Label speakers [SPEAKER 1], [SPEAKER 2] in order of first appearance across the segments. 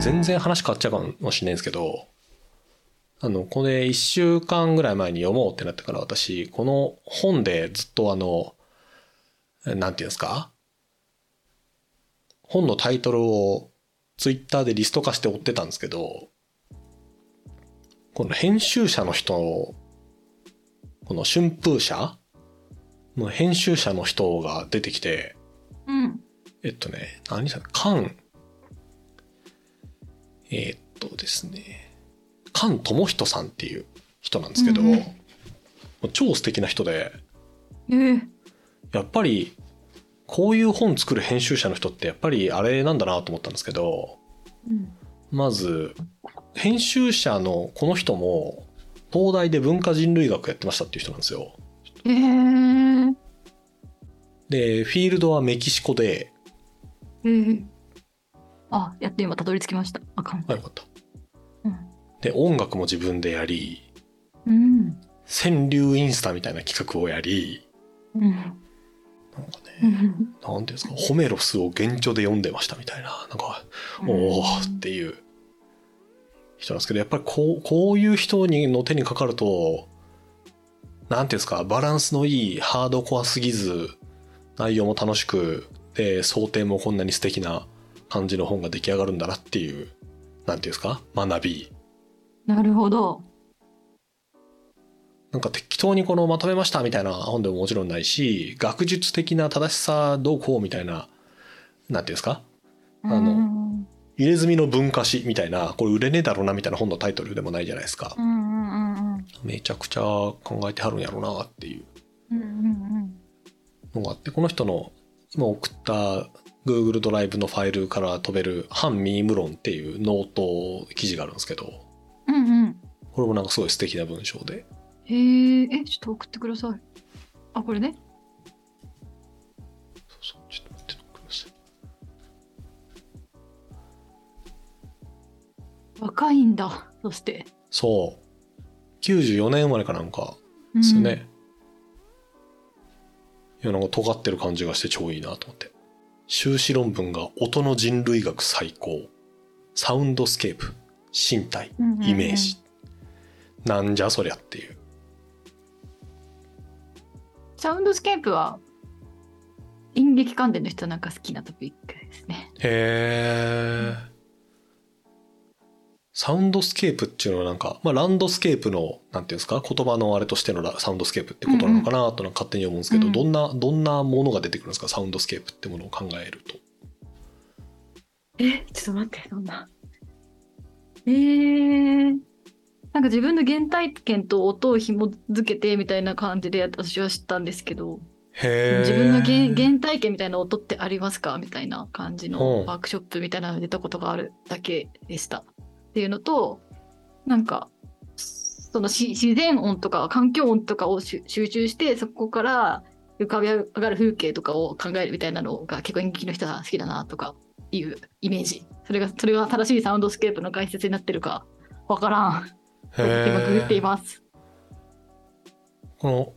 [SPEAKER 1] 然話変わっちゃうかもしれないんですけど、あの、これ1週間ぐらい前に読もうってなってから私、この本でずっとあの、なんていうんですか本のタイトルをツイッターでリスト化して追ってたんですけど、この編集者の人の、この春風社の編集者の人が出てきて、
[SPEAKER 2] うん。
[SPEAKER 1] えっとね、何した菅、えーっとですね、菅智人さんっていう人なんですけど、
[SPEAKER 2] うんうん
[SPEAKER 1] もう超素敵な人で、
[SPEAKER 2] ええ
[SPEAKER 1] やっぱりこういう本作る編集者の人ってやっぱりあれなんだなと思ったんですけど
[SPEAKER 2] うん。
[SPEAKER 1] まず編集者のこの人も東大で文化人類学やってましたっていう人なんですよ。
[SPEAKER 2] ええ
[SPEAKER 1] でフィールドはメキシコで
[SPEAKER 2] ええあ、やっと今たどり着きました。あかん。
[SPEAKER 1] あよかった
[SPEAKER 2] うん。
[SPEAKER 1] で音楽も自分でやり
[SPEAKER 2] うん。
[SPEAKER 1] 川柳インスタみたいな企画をやり
[SPEAKER 2] うん。
[SPEAKER 1] なんかね
[SPEAKER 2] うん
[SPEAKER 1] なんていうんですかホメロスを原著で読んでましたみたいななんかおおっていう人なんですけどやっぱりこうこういう人にの手にかかるとなんていうんですかバランスのいいハードコアすぎず内容も楽しくで想定もこんなに素敵な感じの本が出来上がるんだなっていうなんていうんですか学び
[SPEAKER 2] なるほど。
[SPEAKER 1] なんか適当にこのまとめましたみたいな本でももちろんないし学術的な正しさどうこうみたいななんていうんですかあの
[SPEAKER 2] うん
[SPEAKER 1] 入れ墨の文化史みたいなこれ売れねえだろうなみたいな本のタイトルでもないじゃないですか
[SPEAKER 2] う。んうんうん
[SPEAKER 1] めちゃくちゃ考えてはるんやろうなってい
[SPEAKER 2] うんうん
[SPEAKER 1] うのがあってこの人の今送った Google ドライブのファイルから飛べる「反ミーム論」っていうノート記事があるんですけど
[SPEAKER 2] うんうんうん
[SPEAKER 1] これもなんかすごい素敵な文章で
[SPEAKER 2] えー、えちょっと送ってくださいあこれね
[SPEAKER 1] そうそうちょっと待ってください
[SPEAKER 2] 若いんだそして
[SPEAKER 1] そう94年生まれかなんか
[SPEAKER 2] で
[SPEAKER 1] ですよね、いやなんか尖ってる感じがして超いいなと思って修士論文が「音の人類学最高」「サウンドスケープ」「身体」イメージ、なんじゃそりゃっていう
[SPEAKER 2] サウンドスケープは演劇関連の人なんか好きなトピックですね
[SPEAKER 1] へえサウンドスケープっていうのはなんか、まあ、ランドスケープのなんていうんですか言葉のあれとしてのラサウンドスケープってことなのかなとなんか勝手に思うんですけど、
[SPEAKER 2] うん
[SPEAKER 1] どんなどんなものが出てくるんですかサウンドスケープってものを考えると
[SPEAKER 2] えちょっと待ってどんなえー、なんか自分の原体験と音を紐付けてみたいな感じで私は知ったんですけど
[SPEAKER 1] へ
[SPEAKER 2] 自分の原原体験みたいな音ってありますかみたいな感じのワークショップみたいなの出たことがあるだけでした。っていうのとなんかそのし自然音とか環境音とかを集集中してそこから浮かび上がる風景とかを考えるみたいなのが結構演劇の人は好きだなとかいうイメージそれがそれが正しいサウンドスケープの解説になってるかわからん今ググっています。
[SPEAKER 1] この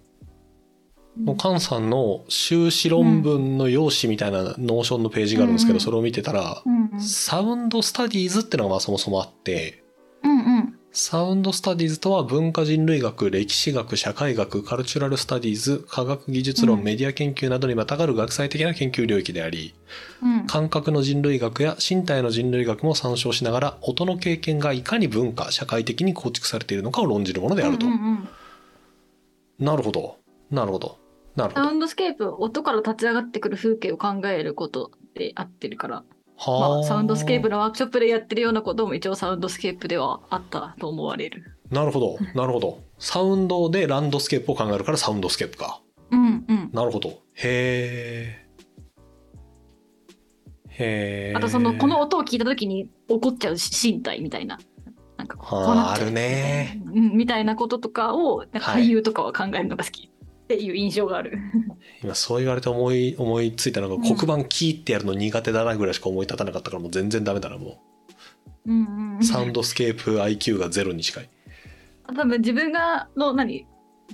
[SPEAKER 1] もう菅さんの修士論文の用紙みたいなノーションのページがあるんですけど、
[SPEAKER 2] うん
[SPEAKER 1] それを見てたら、
[SPEAKER 2] うん
[SPEAKER 1] サウンドスタディーズってのがまあそもそもあって、
[SPEAKER 2] うんうん
[SPEAKER 1] サウンドスタディーズとは文化人類学、歴史学、社会学、カルチュラルスタディーズ、科学技術論、
[SPEAKER 2] うん
[SPEAKER 1] メディア研究などにまたがる学際的な研究領域であり、
[SPEAKER 2] うん
[SPEAKER 1] 感覚の人類学や身体の人類学も参照しながら、音の経験がいかに文化、社会的に構築されているのかを論じるものであると。
[SPEAKER 2] うんうんうん
[SPEAKER 1] なるほど。なるほど。なるほ
[SPEAKER 2] サ
[SPEAKER 1] ど。
[SPEAKER 2] ウンドスケープ、音から立ち上がってくる風景を考えることで合ってるから、
[SPEAKER 1] は
[SPEAKER 2] まあ、サウンドスケープのワークショップでやってるようなことも一応サウンドスケープではあったと思われる。
[SPEAKER 1] なるほど。なるほど。サウンドでランドスケープを考えるからサウンドスケープか。
[SPEAKER 2] うんうん。
[SPEAKER 1] なるほど。へえ。へえ。
[SPEAKER 2] あとその、この音を聞いた時に怒っちゃう身体みたいな。なんかこう
[SPEAKER 1] はあ
[SPEAKER 2] こうなっちゃう
[SPEAKER 1] あるね
[SPEAKER 2] うんみたいなこととかを、なんか
[SPEAKER 1] はい
[SPEAKER 2] 俳優とかは考えるのが好きっていう印象がある。
[SPEAKER 1] 今そう言われて思い、思いついたのが、
[SPEAKER 2] うん
[SPEAKER 1] 黒板キーってやるの苦手だなぐらいしか思い立たなかったから、もう全然ダメだな、も
[SPEAKER 2] うんうんうん
[SPEAKER 1] う。サウンドスケープ IQ がゼロに近い。
[SPEAKER 2] 多分自分がの何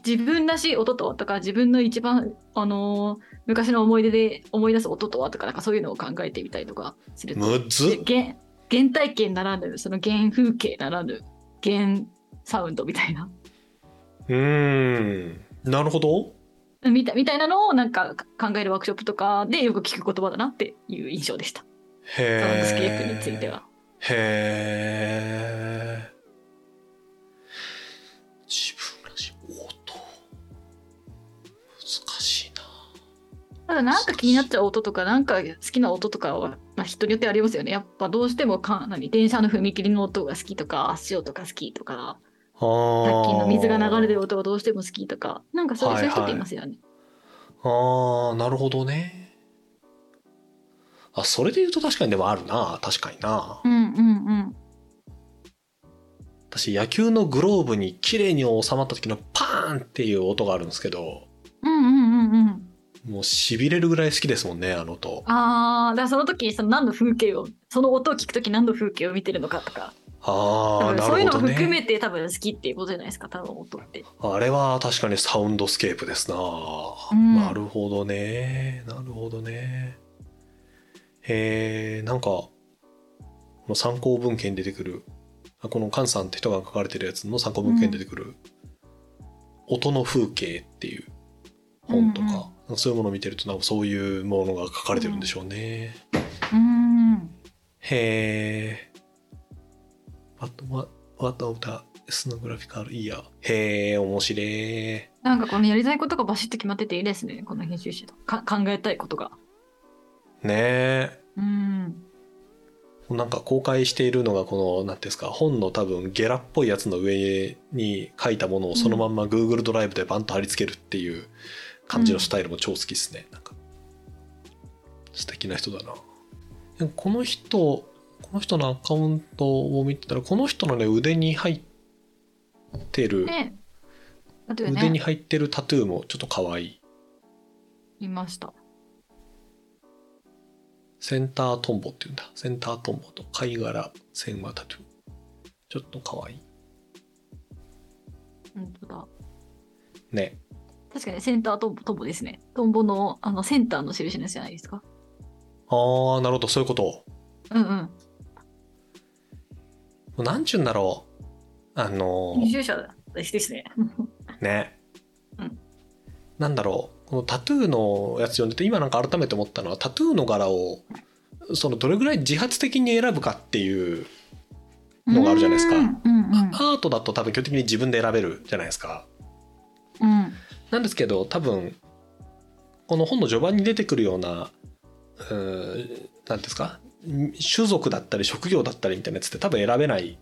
[SPEAKER 2] 自分らしい音とはとか自分の一番、あのー昔の思い出で思い出す音とはとかなんかそういうのを考えてみたいとかすると
[SPEAKER 1] むずっ
[SPEAKER 2] で原原体験ならぬその原風景ならぬ原サウンドみたいな
[SPEAKER 1] うーんなるほど
[SPEAKER 2] みたみたいなのをなんか考えるワークショップとかでよく聞く言葉だなっていう印象でした。サウンドスケープについて
[SPEAKER 1] へ
[SPEAKER 2] は。
[SPEAKER 1] え自分らしい音難しいな
[SPEAKER 2] ただなんか気になっちゃう音とかなんか好きな音とかは、まあ、人によってありますよね。やっぱどうしてもか何電車の踏切の音が好きとか足音が好きとか
[SPEAKER 1] あー
[SPEAKER 2] さっきの水が流れてる音がどうしても好きとかなんかそういうそういう人っていますよね。
[SPEAKER 1] ああなるほどねあそれで言うと確かにでもあるな確かにな
[SPEAKER 2] うんうんうん。
[SPEAKER 1] 私野球のグローブに綺麗に収まった時のパーンっていう音があるんですけど
[SPEAKER 2] うんうんうんうん。
[SPEAKER 1] もうしびれるぐらい好きですもんねあの音
[SPEAKER 2] ああ、だからその時その何の風景をその音を聞く時何の風景を見てるのかとか
[SPEAKER 1] ああ
[SPEAKER 2] 多分
[SPEAKER 1] な
[SPEAKER 2] そうい
[SPEAKER 1] る
[SPEAKER 2] うの
[SPEAKER 1] ほ
[SPEAKER 2] を
[SPEAKER 1] ど
[SPEAKER 2] 含
[SPEAKER 1] ね
[SPEAKER 2] めて多分好きっていうことじゃないですか多分音って。
[SPEAKER 1] あれは確かにサウンドスケープですな、
[SPEAKER 2] うん
[SPEAKER 1] なるほどねなるほどねえー、なんかこの参考文献に出てくるあこのカンさんって人が書かれてるやつの参考文献に出てくる、音の風景っていう本とか、そういうものを見てるとなんかそういうものが書かれてるんでしょうね、
[SPEAKER 2] うん。
[SPEAKER 1] へえ。What, what, what of the ethnographical year? へえ、面白え。
[SPEAKER 2] なんかこのやりたいことがバシッと決まってていいですね、この編集者とか考えたいことが。
[SPEAKER 1] ねえ。
[SPEAKER 2] うん。
[SPEAKER 1] なんか公開しているのがこの、なんていうんですか、本の多分ゲラっぽいやつの上に書いたものをそのまんま Google ドライブでバンと貼り付けるっていう感じのスタイルも超好きですね。なんか、素敵な人だな。でもこの人、この人のアカウントを見てたら、この人のね、腕に入ってる、
[SPEAKER 2] ねあと
[SPEAKER 1] 腕に
[SPEAKER 2] ね、
[SPEAKER 1] 入ってるタトゥーもちょっと可愛い
[SPEAKER 2] いました。
[SPEAKER 1] センタートンボって言うんだセンタートンボと貝殻線はタトゥーちょっと可愛い
[SPEAKER 2] 本当だ。
[SPEAKER 1] ね
[SPEAKER 2] 確かにセンタートンボトンボですね。トンボのあのセンターの印のやつじゃないですか。
[SPEAKER 1] ああなるほどそういうこと
[SPEAKER 2] うんうん。
[SPEAKER 1] なんちゅうんだろうあの
[SPEAKER 2] 編集者だですね。
[SPEAKER 1] ーね、
[SPEAKER 2] うん
[SPEAKER 1] なんだろうこのタトゥーのやつ読んでて今なんか改めて思ったのはタトゥーの柄をそのどれぐらい自発的に選ぶかっていう のがあるじゃないですか
[SPEAKER 2] うんうんうん
[SPEAKER 1] アートだと多分基本的に自分で選べるじゃないですか
[SPEAKER 2] うん。
[SPEAKER 1] なんですけど多分この本の序盤に出てくるようなうーなんですか種族だったり職業だったりみたいなやつって多分選べない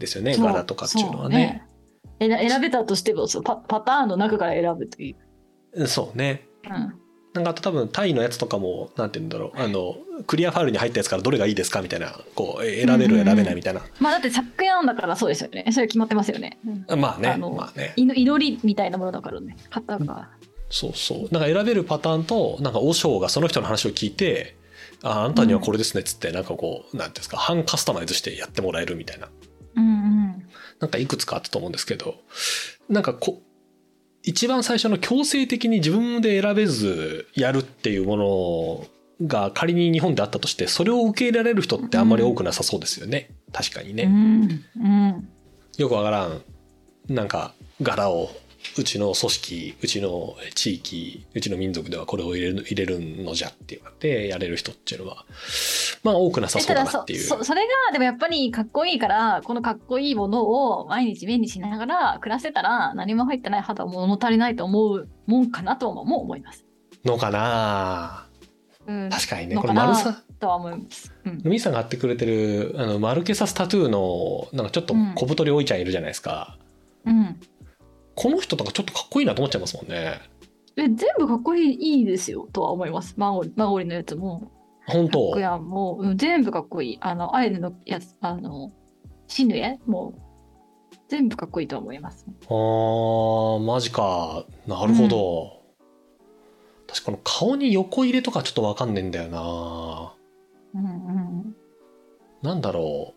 [SPEAKER 1] ですよね
[SPEAKER 2] そう
[SPEAKER 1] 柄とかっていうのはね。
[SPEAKER 2] そうえら選べたとしてもそうパパターンの中から選ぶという。
[SPEAKER 1] うんそうね
[SPEAKER 2] うん
[SPEAKER 1] なんかあと多分タイのやつとかもなんて言うんだろうあのクリアファイルに入ったやつからどれがいいですかみたいなこうえ選べ
[SPEAKER 2] うんうん
[SPEAKER 1] る
[SPEAKER 2] うん
[SPEAKER 1] 選べないみたいな、
[SPEAKER 2] まあだって作品なんだからそうですよね。それ決まってますよね。うん
[SPEAKER 1] まあね
[SPEAKER 2] あの
[SPEAKER 1] まあね
[SPEAKER 2] 祈祈りみたいなものだからね。型が。
[SPEAKER 1] そうそうなんか選べるパターンとなんか和尚がその人の話を聞いてああんたにはこれですねっつってなんかこうなんていうんですか半カスタマイズしてやってもらえるみたいな
[SPEAKER 2] うん
[SPEAKER 1] なんかいくつかあったと思うんですけど、なんかこ、一番最初の強制的に自分で選べずやるっていうものが仮に日本であったとして、それを受け入れられる人ってあんまり多くなさそうですよね。確かに
[SPEAKER 2] う
[SPEAKER 1] ね。
[SPEAKER 2] ん。うん。
[SPEAKER 1] よくわからん、なんか柄を、うちの組織、うちの地域、うちの民族ではこれを入れる入れるのじゃって言われてやれる人っていうのは、まあ多くなさそうだなっていう。
[SPEAKER 2] ただそそそれがでもやっぱりかっこいいからこのかっこいいものを毎日目にしながら暮らせたら何も入ってない肌は物足りないと思うもんかなともも思います。
[SPEAKER 1] のかな
[SPEAKER 2] うん、
[SPEAKER 1] 確かにね。
[SPEAKER 2] の
[SPEAKER 1] こ
[SPEAKER 2] か
[SPEAKER 1] れ
[SPEAKER 2] な
[SPEAKER 1] 丸さ、
[SPEAKER 2] とは思います。うん
[SPEAKER 1] ミーさんが貼ってくれてるあのマルケサスタトゥーのなんかちょっと小太りおいちゃんいるじゃないですか、
[SPEAKER 2] うん、
[SPEAKER 1] この人とかちょっとかっこいいなと思っちゃいますもんね
[SPEAKER 2] え全部かっこいいいいですよとは思います。マゴリマゴリのやつも
[SPEAKER 1] 本
[SPEAKER 2] タッ
[SPEAKER 1] 当
[SPEAKER 2] クヤンも、うん、全部かっこいい。あの、アイヌのやつ、あの、シヌエもう、全部かっこいいと思います。
[SPEAKER 1] あーマジかなるほど、確かこの顔に横入れとかちょっとわかんねえんだよ
[SPEAKER 2] うんうん。
[SPEAKER 1] ななんだろ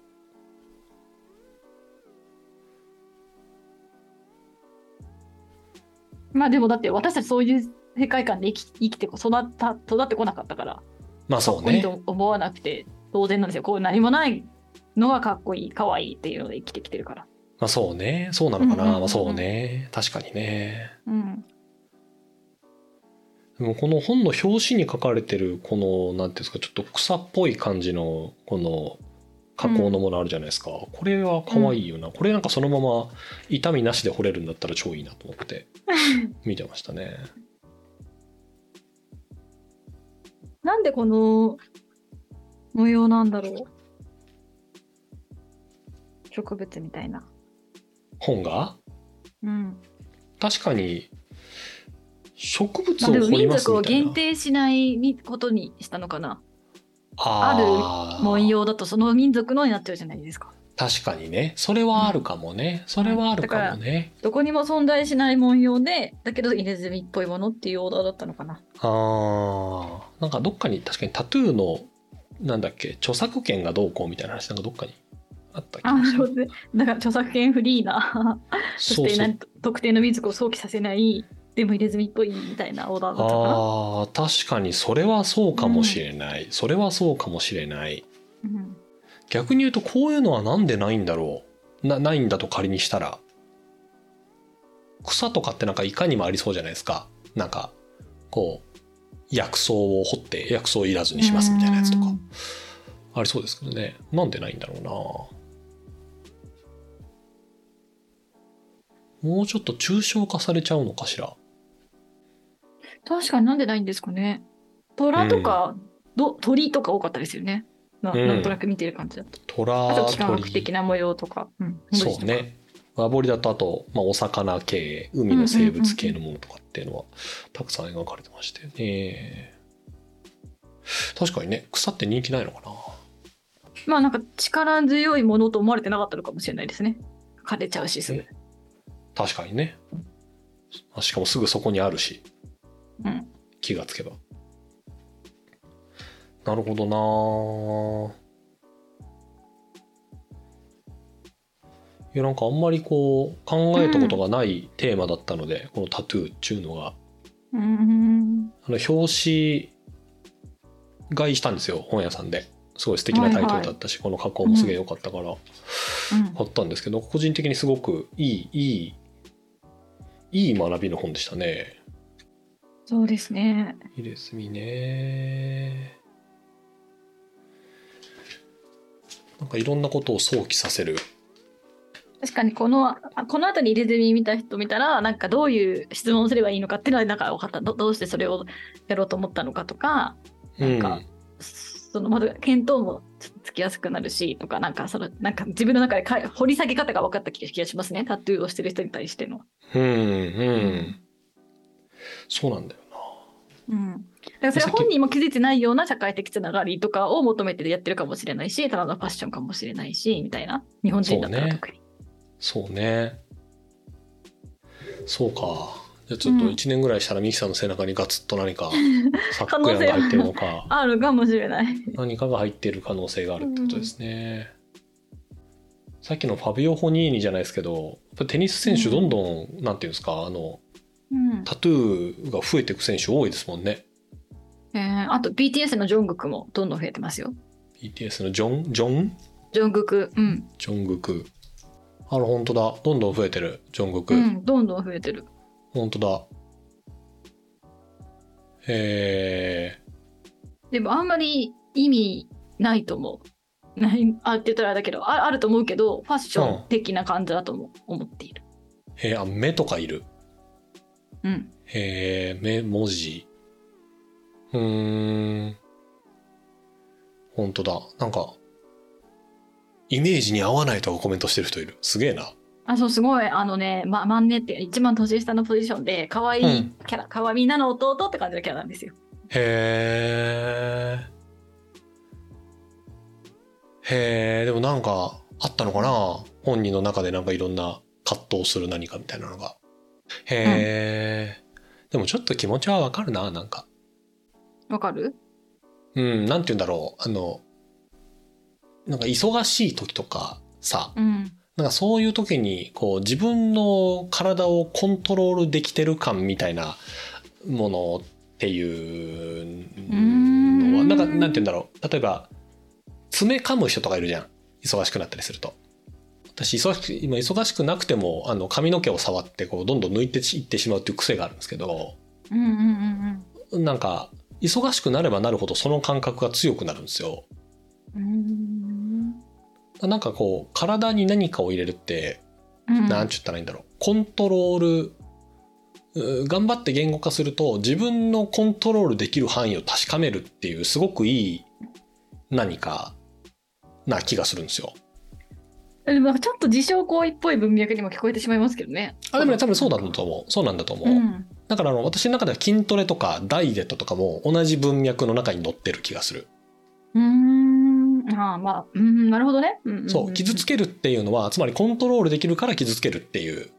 [SPEAKER 2] まあでもだって私たちそういう世界観で生き生きてこ育った、育ってこなかったから、
[SPEAKER 1] うまあそう
[SPEAKER 2] いい
[SPEAKER 1] ね
[SPEAKER 2] と思わなくて、当然なんですよ。こう何もないのがかっこいい、かわいいっていうので生きてきてるから。
[SPEAKER 1] まあそうね。そうなのかな。
[SPEAKER 2] うんうんうんうん
[SPEAKER 1] まあそうね。確かにね。
[SPEAKER 2] うん。
[SPEAKER 1] でもこの本の表紙に書かれてるこのなんていうんですかちょっと草っぽい感じのこの加工のものあるじゃないですか、これは可愛いよな、これなんかそのまま痛みなしで掘れるんだったら超いいなと思って見てましたね
[SPEAKER 2] なんでこの模様なんだろう。植物みたいな。
[SPEAKER 1] 本が
[SPEAKER 2] うん。
[SPEAKER 1] 確かに植
[SPEAKER 2] ま
[SPEAKER 1] 物
[SPEAKER 2] あ、で
[SPEAKER 1] を
[SPEAKER 2] も
[SPEAKER 1] 掘り
[SPEAKER 2] 民
[SPEAKER 1] ます
[SPEAKER 2] 族を
[SPEAKER 1] みたいな
[SPEAKER 2] 限定しないみことにしたのかな。
[SPEAKER 1] あー
[SPEAKER 2] 文様だとその民族のになっちゃうじゃないですか。
[SPEAKER 1] 確かにねそれはあるかもね、それはあるかもね
[SPEAKER 2] どこにも存在しない文様で、だけど稲積みっぽいものっていうオーダーだったのかな。
[SPEAKER 1] あーなんかどっかに確かにタトゥーのなんだっけ著作権がどうこうみたいな話なんかどっかにあった気
[SPEAKER 2] あ、
[SPEAKER 1] が
[SPEAKER 2] な
[SPEAKER 1] す
[SPEAKER 2] るほどね。だから著作権フリーな。そ
[SPEAKER 1] そ
[SPEAKER 2] し
[SPEAKER 1] う
[SPEAKER 2] て
[SPEAKER 1] そ
[SPEAKER 2] な
[SPEAKER 1] うん
[SPEAKER 2] 特定の民族を想起させない、でも入れ墨っぽいみたいなオーダーだったかな。
[SPEAKER 1] あー確かにそれはそうかもしれない、それはそうかもしれない
[SPEAKER 2] うん
[SPEAKER 1] 逆に言うとこういうのはなんでないんだろうなないんだと仮にしたら草とかってなんかいかにもありそうじゃないですかなんかこう薬草を掘って薬草いらずにしますみたいなやつとか
[SPEAKER 2] うん
[SPEAKER 1] ありそうですけどねなんでないんだろうなもうちょっと抽象化されちゃうのかしら
[SPEAKER 2] 確かになんでないんですかね。虎とか、ど鳥とか多かったですよね。な
[SPEAKER 1] うん
[SPEAKER 2] なんとなく見てる感じだと。
[SPEAKER 1] 虎
[SPEAKER 2] あと幾何
[SPEAKER 1] 鳥
[SPEAKER 2] 学的な模様とか。うん
[SPEAKER 1] そう。ね。和彫りだとあと、まあ、お魚系海の生物系のものとかっていうのはたくさん描かれてましてね確かにね草って人気ないのかな
[SPEAKER 2] まあなんか力強いものと思われてなかったのかもしれないですね。枯れちゃうしすぐ。
[SPEAKER 1] 確かにねあしかもすぐそこにあるし
[SPEAKER 2] うん。
[SPEAKER 1] 気がつけばなるほどなあいやなんかあんまりこう考えたことがないテーマだったので、このタトゥーっていうのが
[SPEAKER 2] うん。
[SPEAKER 1] あの表紙買いしたんですよ本屋さんですごい素敵なタイトルだったし、この加工もすげえ良かったから買ったんですけど、個人的にすごくいいいいいい学びの本でしたね
[SPEAKER 2] そうですね。
[SPEAKER 1] 入れ墨ねなんかいろんなことを想起させる
[SPEAKER 2] 確かにこのあこの後に入れ墨見た人見たらなんかどういう質問をすればいいのかっていうのはなんか分かったどどうしてそれをやろうと思ったのかとかなんかそのまず見当もつきやすくなるしとかなんかそのなんか自分の中でかい掘り下げ方が分かった気が気がしますねタトゥーをしてる人に対しての。
[SPEAKER 1] うんうんそうなんだよな
[SPEAKER 2] うん、だからそれは本人も気づいてないような社会的つながりとかを求めてやってるかもしれないしただのファッションかもしれないしみたいな日本人だったら特に。
[SPEAKER 1] そうね。そうか。じゃあちょっと
[SPEAKER 2] うん
[SPEAKER 1] 1年ぐらいしたらミキさんの背中にガツッと何 かサッ
[SPEAKER 2] 可
[SPEAKER 1] クヤ
[SPEAKER 2] 能
[SPEAKER 1] ンが入っ
[SPEAKER 2] 性は
[SPEAKER 1] てるのか
[SPEAKER 2] あるかもしれない。
[SPEAKER 1] 何かが入っている可能性があるってことですね。さっきのファビオ・ホニーニじゃないですけどやっぱテニス選手どんどん、なんていうんですかあの
[SPEAKER 2] うん
[SPEAKER 1] タトゥーが増えていく選手多いですもんね。
[SPEAKER 2] えーあと BTS のジョングクもどんどん増えてますよ。
[SPEAKER 1] BTS のジョンジョン
[SPEAKER 2] ジョングク、うん、
[SPEAKER 1] ジョングクあら本当だどんどん増えてるジョングク。
[SPEAKER 2] うん、どんどん増えてる。
[SPEAKER 1] 本当だ。えー、
[SPEAKER 2] でもあんまり意味ないと思う。ないあって言ったらあれだけどあ、あると思うけど、ファッション的な感じだと思,、う思っている。
[SPEAKER 1] えーあ目とかいる。
[SPEAKER 2] うん。
[SPEAKER 1] えー、目文字。うーん。本当だ。なんか、イメージに合わないとかコメントしてる人いる。すげえな。
[SPEAKER 2] あ、そう、すごい、あのね、ま、マンネって一番年下のポジションで、可愛
[SPEAKER 1] う
[SPEAKER 2] い
[SPEAKER 1] ん
[SPEAKER 2] キャラ、可愛、いみんなの弟って感じのキャラなんですよ。
[SPEAKER 1] へえ。へえ、でもなんか、あったのかな本人の中でなんかいろんな葛藤する何かみたいなのが。へえ、でもちょっと気持ちはわかるな、なんか。
[SPEAKER 2] わかる
[SPEAKER 1] うん、なんて言うんだろう。あの、なんか忙しい時とかさ、
[SPEAKER 2] うん。
[SPEAKER 1] なんかそういう時に、こう自分の体をコントロールできてる感みたいなものっていうのは、
[SPEAKER 2] ん
[SPEAKER 1] なんかなんて言うんだろう。例えば、爪噛む人とかいるじゃん忙しくなったりすると私忙しく今忙しくなくてもあの髪の毛を触ってこうどんどん抜いていってしまうっていう癖があるんですけど
[SPEAKER 2] うんうんうん
[SPEAKER 1] なんか忙しくなればなるほどその感覚が強くなるんですよ
[SPEAKER 2] うんうん
[SPEAKER 1] なんかこう体に何かを入れるって
[SPEAKER 2] うん
[SPEAKER 1] なんちゅったらいいんだろうコントロールうー頑張って言語化すると自分のコントロールできる範囲を確かめるっていうすごくいい何かな気がするんですよ。
[SPEAKER 2] でもなんかちょっと自傷行為っぽい文脈にも聞こえてしまいますけどね。
[SPEAKER 1] あでもね多分そうだと思うそうなんだと思う、
[SPEAKER 2] うん。
[SPEAKER 1] だからあの私の中では筋トレとかダイエットとかも同じ文脈の中に載ってる気がする。
[SPEAKER 2] うーん。ああ、まあ、うん、なるほどね。うんんん
[SPEAKER 1] そう傷つけるっていうのはつまりコントロールできるから傷つけるっていう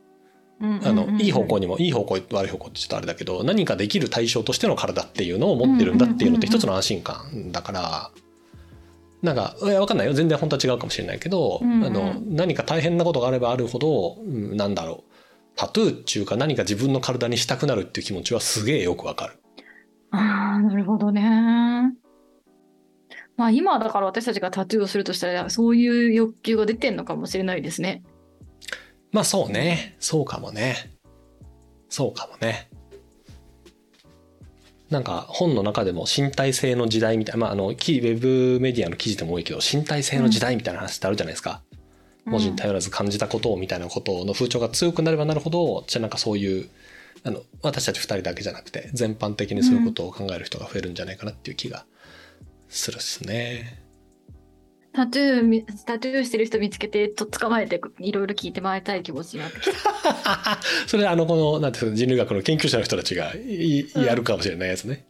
[SPEAKER 1] あのいい方向にもいい方向悪い方向ってちょっとあれだけど何かできる対象としての体っていうのを持ってるんだっていうのって一つの安心感だからなんかいやわかんないよ全然本当は違うかもしれないけど、
[SPEAKER 2] うんうん
[SPEAKER 1] あの何か大変なことがあればあるほど、うんなんだろうタトゥーっていうか何か自分の体にしたくなるっていう気持ちはすげえよくわかる。
[SPEAKER 2] ああ、なるほどね。まあ今だから私たちがタトゥーをするとしたらそういう欲求が出てんのかもしれないですね。
[SPEAKER 1] まあそうねそうかもねそうかもね。なんか本の中でも身体性の時代みたいな、まあ、あのきウェブメディアの記事でも多いけど身体性の時代みたいな話ってあるじゃないですか、文字に頼らず感じたことをみたいなことの風潮が強くなればなるほどじゃあなんかそういうあの私たち2人だけじゃなくて全般的にそういうことを考える人が増えるんじゃないかなっていう気がするっすね。
[SPEAKER 2] うんタトゥーみ、タトゥーしてる人見つけて、と捕まえて、いろいろ聞いてもらいたい気持ちになってきた。
[SPEAKER 1] それあのこのなんていうの人類学の研究者の人たちがいいやるかもしれないやつね。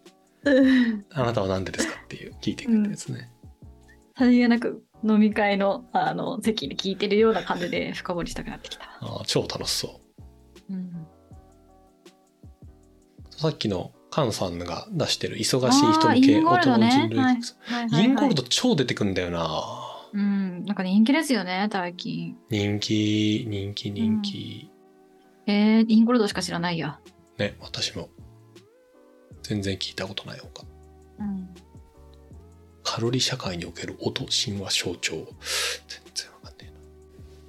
[SPEAKER 1] あなたは何でですかっていう聞いていくってやつね。
[SPEAKER 2] さりげなく飲み会の、あの、席に聞いてるような感じで深掘りしたくなってきた。
[SPEAKER 1] あー超楽しそう。
[SPEAKER 2] うん。
[SPEAKER 1] さっきのカンさんが出してる忙しい人向け
[SPEAKER 2] あーインゴ
[SPEAKER 1] 大
[SPEAKER 2] ール
[SPEAKER 1] 人
[SPEAKER 2] ド
[SPEAKER 1] の
[SPEAKER 2] ね
[SPEAKER 1] 人類
[SPEAKER 2] はい
[SPEAKER 1] 学
[SPEAKER 2] はいはいはい
[SPEAKER 1] インゴールド超出てくんだよな。
[SPEAKER 2] うん。なんか人気ですよね、最近。
[SPEAKER 1] 人気人気人気、
[SPEAKER 2] えー、インゴールドしか知らないや。
[SPEAKER 1] ね私も全然聞いたことないほか
[SPEAKER 2] うん。
[SPEAKER 1] カロリー社会における音神話象徴全然わかんねえな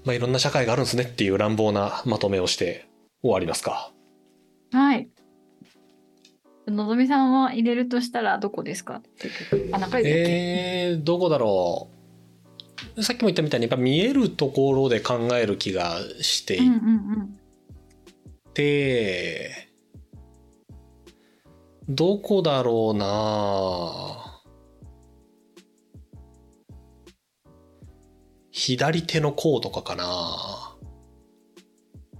[SPEAKER 1] まあいろんな社会があるんですねっていう乱暴なまとめをして終わりますか
[SPEAKER 2] はい。のぞみさんは入れるとしたらどこですかあ、中指だっけ、
[SPEAKER 1] えー、どこだろうさっきも言ったみたいにやっぱ見えるところで考える気がしていて
[SPEAKER 2] うんうん
[SPEAKER 1] ってどこだろうな左手の甲とかかな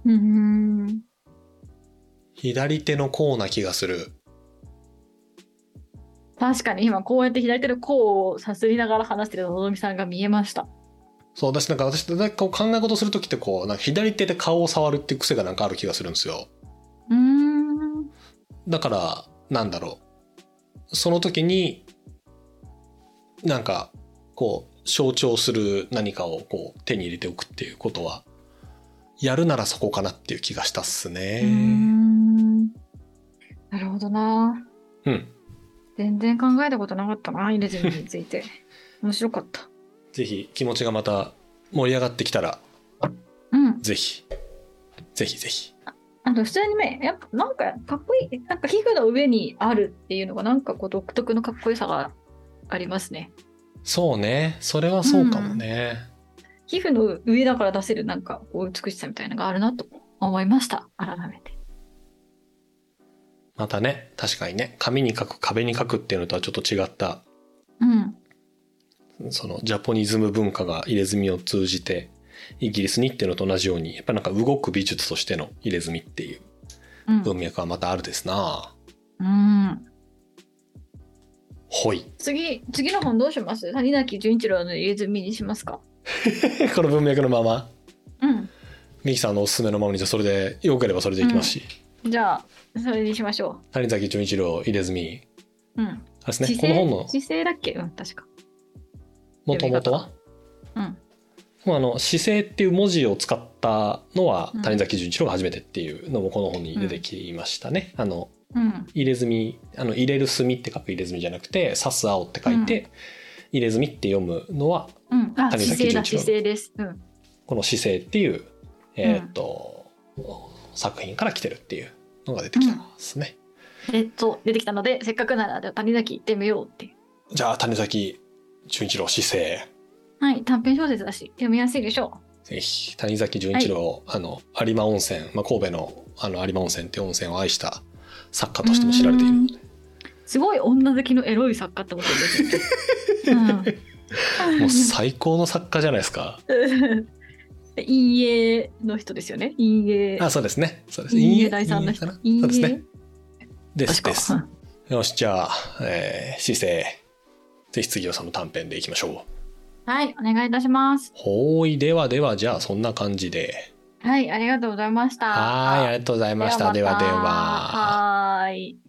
[SPEAKER 2] うん。うんうん。
[SPEAKER 1] 左手の甲な気がする
[SPEAKER 2] 確かに今こうやって左手の甲をさすりながら話してるのぞみさんが見えました。
[SPEAKER 1] そう私なんか私なんかこう考え事する時ってこうなんか左手で顔を触るっていう癖がなんかある気がするんですよ
[SPEAKER 2] うーん。
[SPEAKER 1] だからなんだろうその時になんかこう象徴する何かをこう手に入れておくっていうことはやるならそこかなっていう気がしたっす
[SPEAKER 2] うー
[SPEAKER 1] ね。
[SPEAKER 2] んなるほどな。
[SPEAKER 1] うん、
[SPEAKER 2] 全然考えたことなかったな、入れずについ て。面白かった。
[SPEAKER 1] ぜひ気持ちがまた盛り上がってきたら
[SPEAKER 2] うん。
[SPEAKER 1] ぜひぜひぜひ
[SPEAKER 2] あと普通にね、やっぱなんかかっこいい、なんか皮膚の上にあるっていうのがなんかこう独特のかっこよさがありますね。
[SPEAKER 1] そうねそれはそうかもね。
[SPEAKER 2] 皮膚の上だから出せるなんかこう美しさみたいなのがあるなと思いました改めて
[SPEAKER 1] またね確かにね紙に書く壁に書くっていうのとはちょっと違った
[SPEAKER 2] うん
[SPEAKER 1] そのジャポニズム文化が入れ墨を通じてイギリスにっていうのと同じようにやっぱなんか動く美術としての入れ墨っていう
[SPEAKER 2] うん、
[SPEAKER 1] 文脈はまたあるですな、
[SPEAKER 2] うん、
[SPEAKER 1] ほい
[SPEAKER 2] 次次の本どうします谷崎潤一郎の入れ墨にしますか
[SPEAKER 1] この文脈のまま
[SPEAKER 2] うん
[SPEAKER 1] ミキさんのおすすめのままにじゃあそれでよければそれでいきますし、
[SPEAKER 2] じゃあそれにしましょ
[SPEAKER 1] 谷崎潤一郎入れ墨
[SPEAKER 2] ううん
[SPEAKER 1] あれですね
[SPEAKER 2] 姿
[SPEAKER 1] この
[SPEAKER 2] 勢
[SPEAKER 1] 本の
[SPEAKER 2] 姿勢だっけうん確か
[SPEAKER 1] 元々は
[SPEAKER 2] うん
[SPEAKER 1] まああの姿勢っていう文字を使ったのは
[SPEAKER 2] うん
[SPEAKER 1] 谷崎潤一郎が初めてっていうのもこの本に出てきましたね、あの
[SPEAKER 2] うん
[SPEAKER 1] 入れ墨あの入れる墨って書く入れ墨じゃなくて「刺す青」って書いて、入れ墨って読むのは
[SPEAKER 2] うん、あ
[SPEAKER 1] 谷
[SPEAKER 2] 姿
[SPEAKER 1] 崎
[SPEAKER 2] 勢
[SPEAKER 1] 潤
[SPEAKER 2] だ
[SPEAKER 1] 一郎
[SPEAKER 2] 姿勢です、うん、
[SPEAKER 1] この「姿勢」っていう、えーっと作品から来てるっていうのが出てきたんですね。
[SPEAKER 2] えっと出てきたのでせっかくならでは谷崎行ってみようっていう
[SPEAKER 1] じゃあ種崎純一郎姿勢
[SPEAKER 2] はい短編小説だし読みやすいでしょ
[SPEAKER 1] ぜひ谷崎潤一郎、あの有馬温泉、まあ、神戸のあの有馬温泉っていう温泉を愛した作家としても知られているので
[SPEAKER 2] うすごい女好きのエロい作家ってことです よね、うん、
[SPEAKER 1] もう最高の作家じゃないですか
[SPEAKER 2] で 陰影の人ですよね陰影
[SPEAKER 1] あそうですねそうです
[SPEAKER 2] 陰影第三
[SPEAKER 1] 陰
[SPEAKER 2] の
[SPEAKER 1] 影か
[SPEAKER 2] 人
[SPEAKER 1] な
[SPEAKER 2] 陰
[SPEAKER 1] そう
[SPEAKER 2] 影
[SPEAKER 1] ですねです
[SPEAKER 2] 確か
[SPEAKER 1] ですよしじゃあ、えー、姿勢ぜひ杉尾さんの短編でいきましょう
[SPEAKER 2] はいお願いいたします
[SPEAKER 1] ほーいではではじゃあそんな感じで
[SPEAKER 2] はいありがとうございました
[SPEAKER 1] はーいありがとうございましたではでは
[SPEAKER 2] はーい